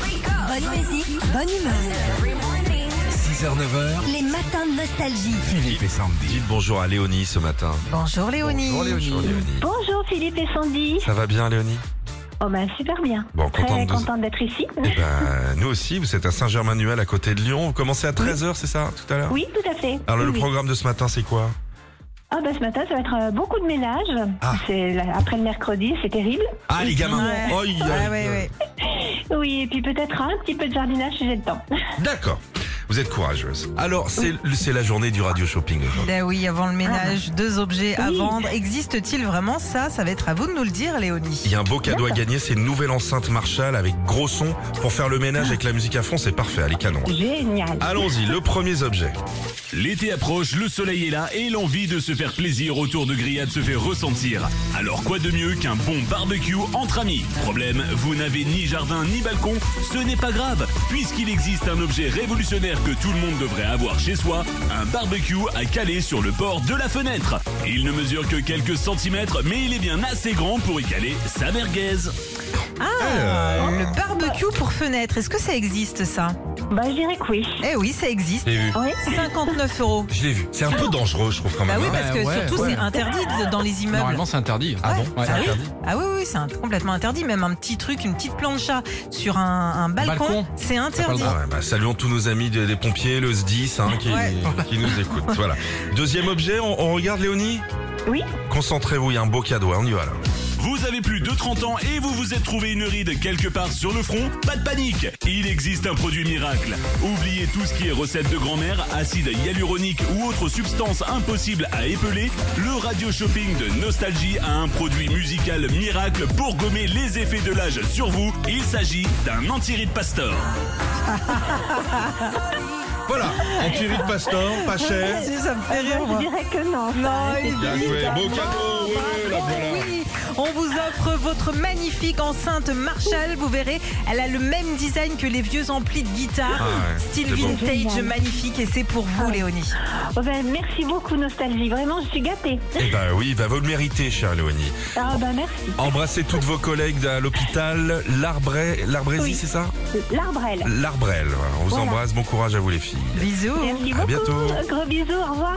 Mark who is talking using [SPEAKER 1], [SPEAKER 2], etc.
[SPEAKER 1] Bonne musique, bonne humeur.
[SPEAKER 2] 6h-9h,
[SPEAKER 1] Les matins de nostalgie.
[SPEAKER 2] Philippe et Sandy.
[SPEAKER 3] Dites bonjour à Léonie ce matin.
[SPEAKER 4] Bonjour Léonie.
[SPEAKER 3] Bonjour Léonie.
[SPEAKER 5] Bonjour Philippe et Sandy.
[SPEAKER 3] Ça va bien Léonie
[SPEAKER 5] Oh ben super bien.
[SPEAKER 3] Bon,
[SPEAKER 5] Très
[SPEAKER 3] contente de-
[SPEAKER 5] contente d'être ici.
[SPEAKER 3] Eh ben, nous aussi, vous êtes à Saint-Germain-Nuel à côté de Lyon. Vous commencez à 13h, c'est ça, tout à l'heure
[SPEAKER 5] Oui, tout à fait.
[SPEAKER 3] Alors le
[SPEAKER 5] Oui, oui.
[SPEAKER 3] programme de ce matin, c'est quoi
[SPEAKER 5] Ah ben ce matin, ça va être euh, beaucoup de ménage.
[SPEAKER 3] Ah.
[SPEAKER 5] C'est la- après le mercredi, c'est terrible.
[SPEAKER 3] Ah les gamins
[SPEAKER 4] Ouais.
[SPEAKER 3] Oh, il y a-
[SPEAKER 4] Ouais, ouais, ouais.
[SPEAKER 5] Oui, et puis peut-être un petit peu de jardinage si j'ai le temps.
[SPEAKER 3] D'accord, vous êtes courageuse. Alors, c'est c'est la journée du radio shopping aujourd'hui.
[SPEAKER 4] Ben oui, avant le ménage,
[SPEAKER 6] Ah.
[SPEAKER 4] deux objets à
[SPEAKER 5] Oui.
[SPEAKER 4] vendre. Existe-t-il vraiment ça Ça va être à vous de nous le dire,
[SPEAKER 3] Il
[SPEAKER 4] Léonie.
[SPEAKER 3] y a un beau cadeau à gagner, c'est une nouvelle enceinte Marshall avec gros son pour faire le ménage avec la musique à fond, c'est parfait, allez canon.
[SPEAKER 5] Génial.
[SPEAKER 3] Allons-y, le premier objet.
[SPEAKER 7] L'été approche, le soleil est là et l'envie de se faire plaisir autour de grillades se fait ressentir. Alors quoi de mieux qu'un bon barbecue entre amis Problème, vous n'avez ni jardin ni balcon, ce n'est pas grave, puisqu'il existe un objet révolutionnaire que tout le monde devrait avoir chez soi, un barbecue à caler sur le bord de la fenêtre. Il ne mesure que quelques centimètres, mais il est bien assez grand pour y caler sa merguez.
[SPEAKER 4] Ah,
[SPEAKER 3] Alors.
[SPEAKER 4] le barbecue pour fenêtre. Est-ce que ça existe ça
[SPEAKER 5] Bah je dirais que oui.
[SPEAKER 4] Eh oui, ça existe.
[SPEAKER 3] Je l'ai vu,
[SPEAKER 5] Oui.
[SPEAKER 4] 59 euros.
[SPEAKER 3] je l'ai vu. C'est un peu dangereux, je trouve quand
[SPEAKER 4] Bah
[SPEAKER 3] même.
[SPEAKER 4] oui,
[SPEAKER 3] hein.
[SPEAKER 4] parce que
[SPEAKER 6] Bah ouais,
[SPEAKER 4] surtout
[SPEAKER 6] ouais.
[SPEAKER 4] c'est interdit de- dans les immeubles.
[SPEAKER 6] Normalement, c'est interdit.
[SPEAKER 4] Ouais,
[SPEAKER 6] bon Ouais.
[SPEAKER 4] ça arrive. Ah oui, oui, c'est un- complètement interdit. Même un petit truc, une petite plancha sur un, un balcon,
[SPEAKER 6] Balcon.
[SPEAKER 4] c'est interdit.
[SPEAKER 3] Ah ouais, bah, saluons tous nos amis des, des pompiers, le SDIS, hein, qui,
[SPEAKER 4] Ouais.
[SPEAKER 3] qui nous écoutent. Voilà. Deuxième objet, on, on regarde Léonie
[SPEAKER 5] Oui.
[SPEAKER 3] Concentrez-vous, il y a un beau cadeau, hein, on y va là.
[SPEAKER 7] Vous avez plus de 30 ans et vous vous êtes trouvé une ride quelque part sur le front Pas de panique Il existe un produit miracle. Oubliez tout ce qui est recette de grand-mère, acide hyaluronique ou autre substance impossible à épeler. Le radio shopping de Nostalgie a un produit musical miracle pour gommer les effets de l'âge sur vous. Il s'agit d'un anti-ride pasteur.
[SPEAKER 3] Voilà, Antirid Pastor, pas cher.
[SPEAKER 4] Ça me
[SPEAKER 5] Bah,
[SPEAKER 4] fait rire,
[SPEAKER 5] je
[SPEAKER 4] moi.
[SPEAKER 5] dirais que non.
[SPEAKER 4] Non,
[SPEAKER 5] Ça,
[SPEAKER 4] il
[SPEAKER 3] Bien
[SPEAKER 4] vit.
[SPEAKER 3] joué, beau cadeau, ouais, la
[SPEAKER 4] Bravo,
[SPEAKER 3] voilà.
[SPEAKER 4] oui. On vous offre votre magnifique enceinte Marshall. Vous verrez, elle a le même design que les vieux amplis de guitare.
[SPEAKER 3] Ah ouais,
[SPEAKER 4] Style
[SPEAKER 3] c'est bon.
[SPEAKER 4] vintage,
[SPEAKER 5] Génial.
[SPEAKER 4] magnifique. Et c'est pour vous, Léonie.
[SPEAKER 5] Oh, ben, merci beaucoup Nostalgie. Vraiment, je suis gâtée.
[SPEAKER 3] Eh ben oui, bah, vous le méritez, chère Léonie.
[SPEAKER 5] Ah ben merci.
[SPEAKER 3] Embrassez toutes vos collègues d'à l'hôpital, l'arbre, l'arbrésie,
[SPEAKER 5] Oui.
[SPEAKER 3] c'est ça
[SPEAKER 5] L'arbrelle.
[SPEAKER 3] L'arbrel. voilà. On vous
[SPEAKER 5] Voilà.
[SPEAKER 3] embrasse, bon courage à vous les filles.
[SPEAKER 4] Bisous.
[SPEAKER 5] Merci
[SPEAKER 3] Mmh. À
[SPEAKER 5] beaucoup.
[SPEAKER 3] bientôt.
[SPEAKER 5] Gros bisous. Au revoir.